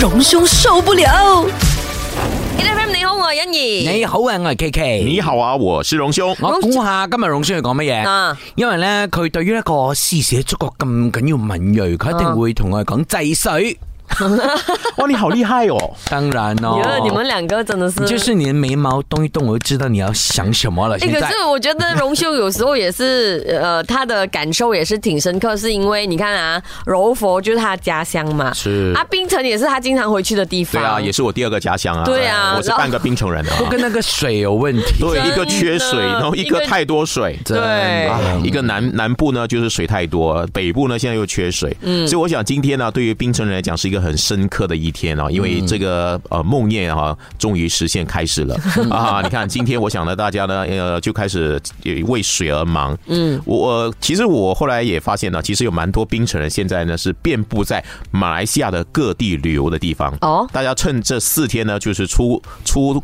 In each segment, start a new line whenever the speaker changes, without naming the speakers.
隆兄受不了。
A F M 你好，我系欣怡。
你好啊，我系 K K。
你好啊，我是榮兄。
我估下今日榮叔佢講乜嘢？
啊，
因為咧，佢對於一個嗜血觸覺咁緊要敏鋭，佢一定會同我哋講制水。
哇，你好厲害哦！
當然咯、
你们你们两个真的是。
就是你的眉毛动一动，我就知道你要想什么了。
哎、
现
可
在
是我觉得荣兄有时候也是， 呃，他的感受也是挺深刻，是因为你看啊，柔佛就是他家乡嘛，
是
啊，槟城也是他经常回去的地
对
方，
啊，也是我第二個家鄉啊。
對啊
我是半個冰城人啊。
跟那个水有問題。
对，
真
一
的
個缺水，然後一個
一個
太多水。
真
对
的
啊，一个南南部呢，就是水太多；北部呢，现在又缺水。嗯，所以我想今天呢，对于冰城人来讲是一个很深刻的一天哦，因为这个呃梦魇哈，终于实现开始了啊！你看，今天我想呢，大家呢呃就开始呃为水而忙。嗯，我、呃其实我后来也发现呢，其实有蛮多冰城人现在呢是遍布在马来西亚的各地旅游的地方。
哦
大家趁这四天呢，就是出出。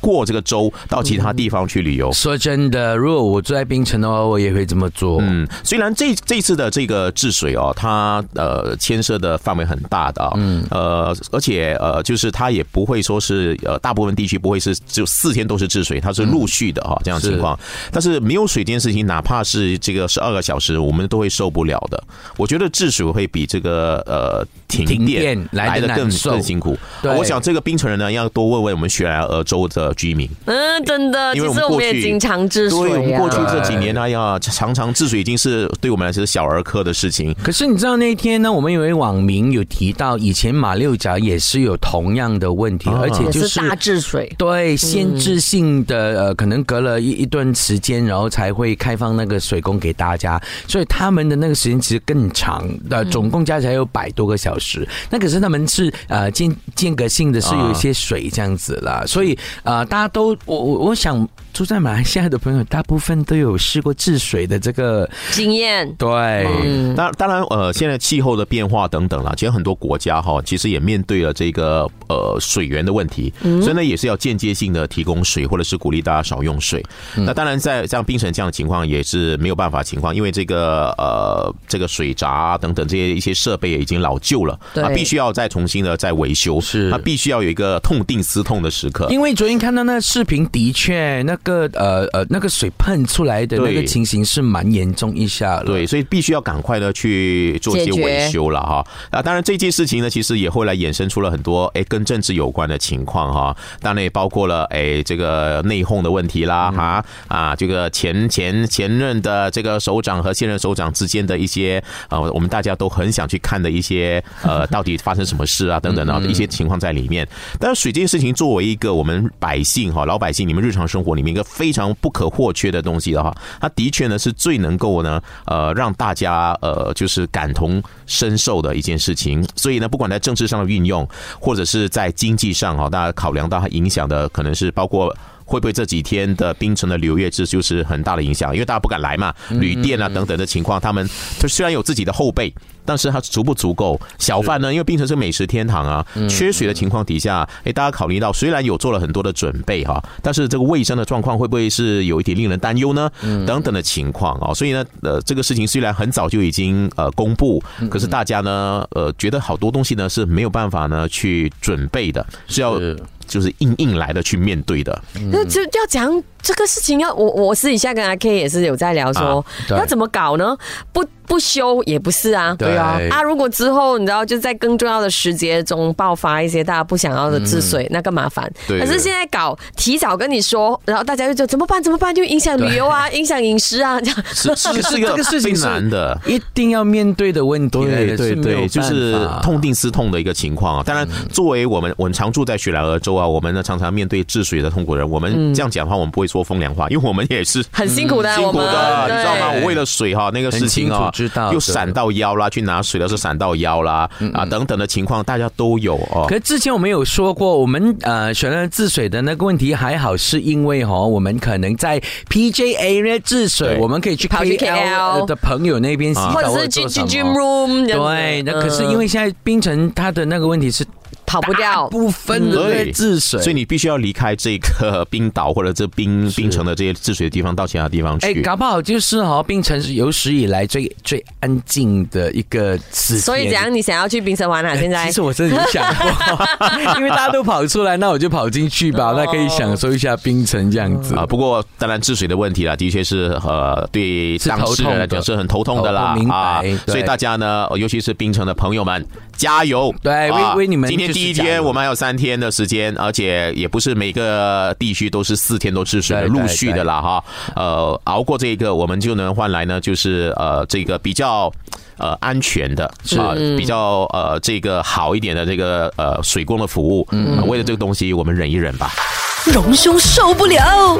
过这个州到其他地方去旅游，
说真的，如果我住在槟城的话，我也会这么做。
嗯，虽然这这次的这个治水哦，它呃牵涉的范围很大的啊、嗯，呃，而且呃，就是它也不会说是呃，大部分地区不会是只有四天都是治水，它是陆续的哈、哦这样的情况。但嗯是没有水这件事情，哪怕是这个十二个小时，我们都会受不了的。我觉得治水会比这个呃停
停
电
电来
来
得
的更
难受
更辛苦。
对
我想这个冰城人呢，要多问问我们雪兰莪州的居民。
嗯，真的，其
因为我
实
们
我
过
们也
去
经常治
对，我
水啊
们
呀、
过去这几年呢， 要常常治水已经是对我们来说是小儿科的事情。
可是你知道那一天呢，我们有位网民有提到，以前马六甲也是有同样的问题，
啊
而且
也
就是
大治水，
对，限制性的呃，可能隔了一一段时间，然后才会开放那个水供给大家，所以他们的那个时间其实更长，
嗯
呃，总共加起来有百多个小时。那可是他们是呃间间隔性的，是有一
啊
些水这样子啦，所以呃，大家都我我我想住在马来西亚的朋友，大部分都有试过治水的这个，
经验，
对，
嗯，
当当然，呃，现在气候的变化等等啦，其实很多国家哈，其实也面对了这个呃水源的问题，
嗯
所以呢，也是要间接性的提供水，或者是鼓励大家少用水。
嗯
那当然，在像冰城这样的情况也是没有办法的情况，因为这个呃这个水闸啊等等这些一些设备已经老旧了，
对
啊，必须要再重新的再维修，
是
它必须要有一个痛定思痛的时刻。
因为昨天看到那个视频，的确那个呃呃那个水喷出来的那个
对
情形是蛮严重一下了。
对，所以必须要赶快的去做一
解
些
决
维修了哈。啊，当然这件事情呢，其实也后来衍生出了很多哎跟政治有关的情况哈。当然也包括了哎这个内讧的问题啦
嗯
哈、啊，这个前前前任的这个首长和现任首长之间的一些呃，我们大家都很想去看的一些 呃，到底发生什么事啊等等
嗯
啊一些情况在里面。但是水这件事情作为一个我们百姓哈，老百姓你们日常生活里面一个非常不可或缺的东西的话，它的确呢是最能够呢呃让大家呃就是感同身受的一件事情。所以呢，不管在政治上的运用，或者是在经济上哈，大家考量到它影响的可能是包括。会不会这几天的冰城的旅游业制就是很大的影响？因为大家不敢来嘛，旅店啊等等的情况，他们就虽然有自己的后备，但是它足不足够？小贩呢？因为冰城是美食天堂啊，
嗯
缺水的情况底下，诶，大家考虑到虽然有做了很多的准备哈、但是这个卫生的状况会不会是有一点令人担忧呢？
嗯
等等的情况啊、所以呢，呃，这个事情虽然很早就已经呃公布，
嗯
可是大家呢，呃，觉得好多东西呢是没有办法呢去准备的，是要
是
就是硬硬来的去面对的。
嗯
那就要讲这个事情要我我私底下跟阿 K 也是有在聊说
啊，
对
要怎么搞呢？不不修也不是啊，
对啊
啊，如果之后你知道就在更重要的时节中爆发一些大家不想要的治
嗯
水，那更麻烦。
对
可是现在搞提早跟你说，然后大家就觉得怎么办？怎么办？就影响旅游 啊，影响饮食啊，这样。
是是
可是
是一个
这个事情
非
是
难的。
一定要面对的问题来
对
的，
对
是没有
对，就
办
是
法嗯
痛定思痛的一个情况啊。当然，作为我们我们常住在雪兰莪州啊，我们呢常常面对治水的痛苦人，我
嗯
们这样讲的话，我们不会说风凉话，因为我们也是。嗯
很辛苦的，
辛
我
苦
们
的，你知道吗？
对
我为了水哈，那个事情
很清
啊
楚知道，
又
是
闪到腰啦，去拿水的时候闪到腰啦，啊等等的情况，大家都有哦
可。是之前我们有说过，我们呃选了治水的那个问题还好，是因为哈、我们可能在 PJ area 治水，
对啊
我们可以去
跑
KL,
去 KL
的朋友那边洗 澡
或者是去
做
去
什么
gym room 这样子嗯
对，那可是因为现在冰城它的那个问题是。
跑不掉。
部分的那
对
些治水，
嗯所以你必须要离开这个冰岛或者这冰冰城的这些治水的地方，到其他地方
哎，
去。
搞不好就是哦，冰城是有史以来最最安静的一个时间。哎
所以，怎样？你想要去冰城玩啊？现在
呃其实我真的有想 过，因为大家都跑出来，那我就跑进去
哦
吧，那可以享受一下冰城这样子
啊、。不过当然治水的问题啦，的确是呃对
是
当事人来讲
头痛的
是很头痛的
头
啦
痛明白
啊，
对
所以大家呢，尤其是冰城的朋友们，加油！
对
啊
为为你们
今天
就是
第一
加
天，
油
我们还有三天的时间，而且也不是每个地区都是四天都治水的，
对对
陆续的啦哈。呃，熬过这一个，我们就能换来呢，就是呃这个比较。呃，安全的啊，比较呃，这个好一点的这个呃水工的服务，嗯、为了这个东西，我们忍一忍吧。
隆兄受不了。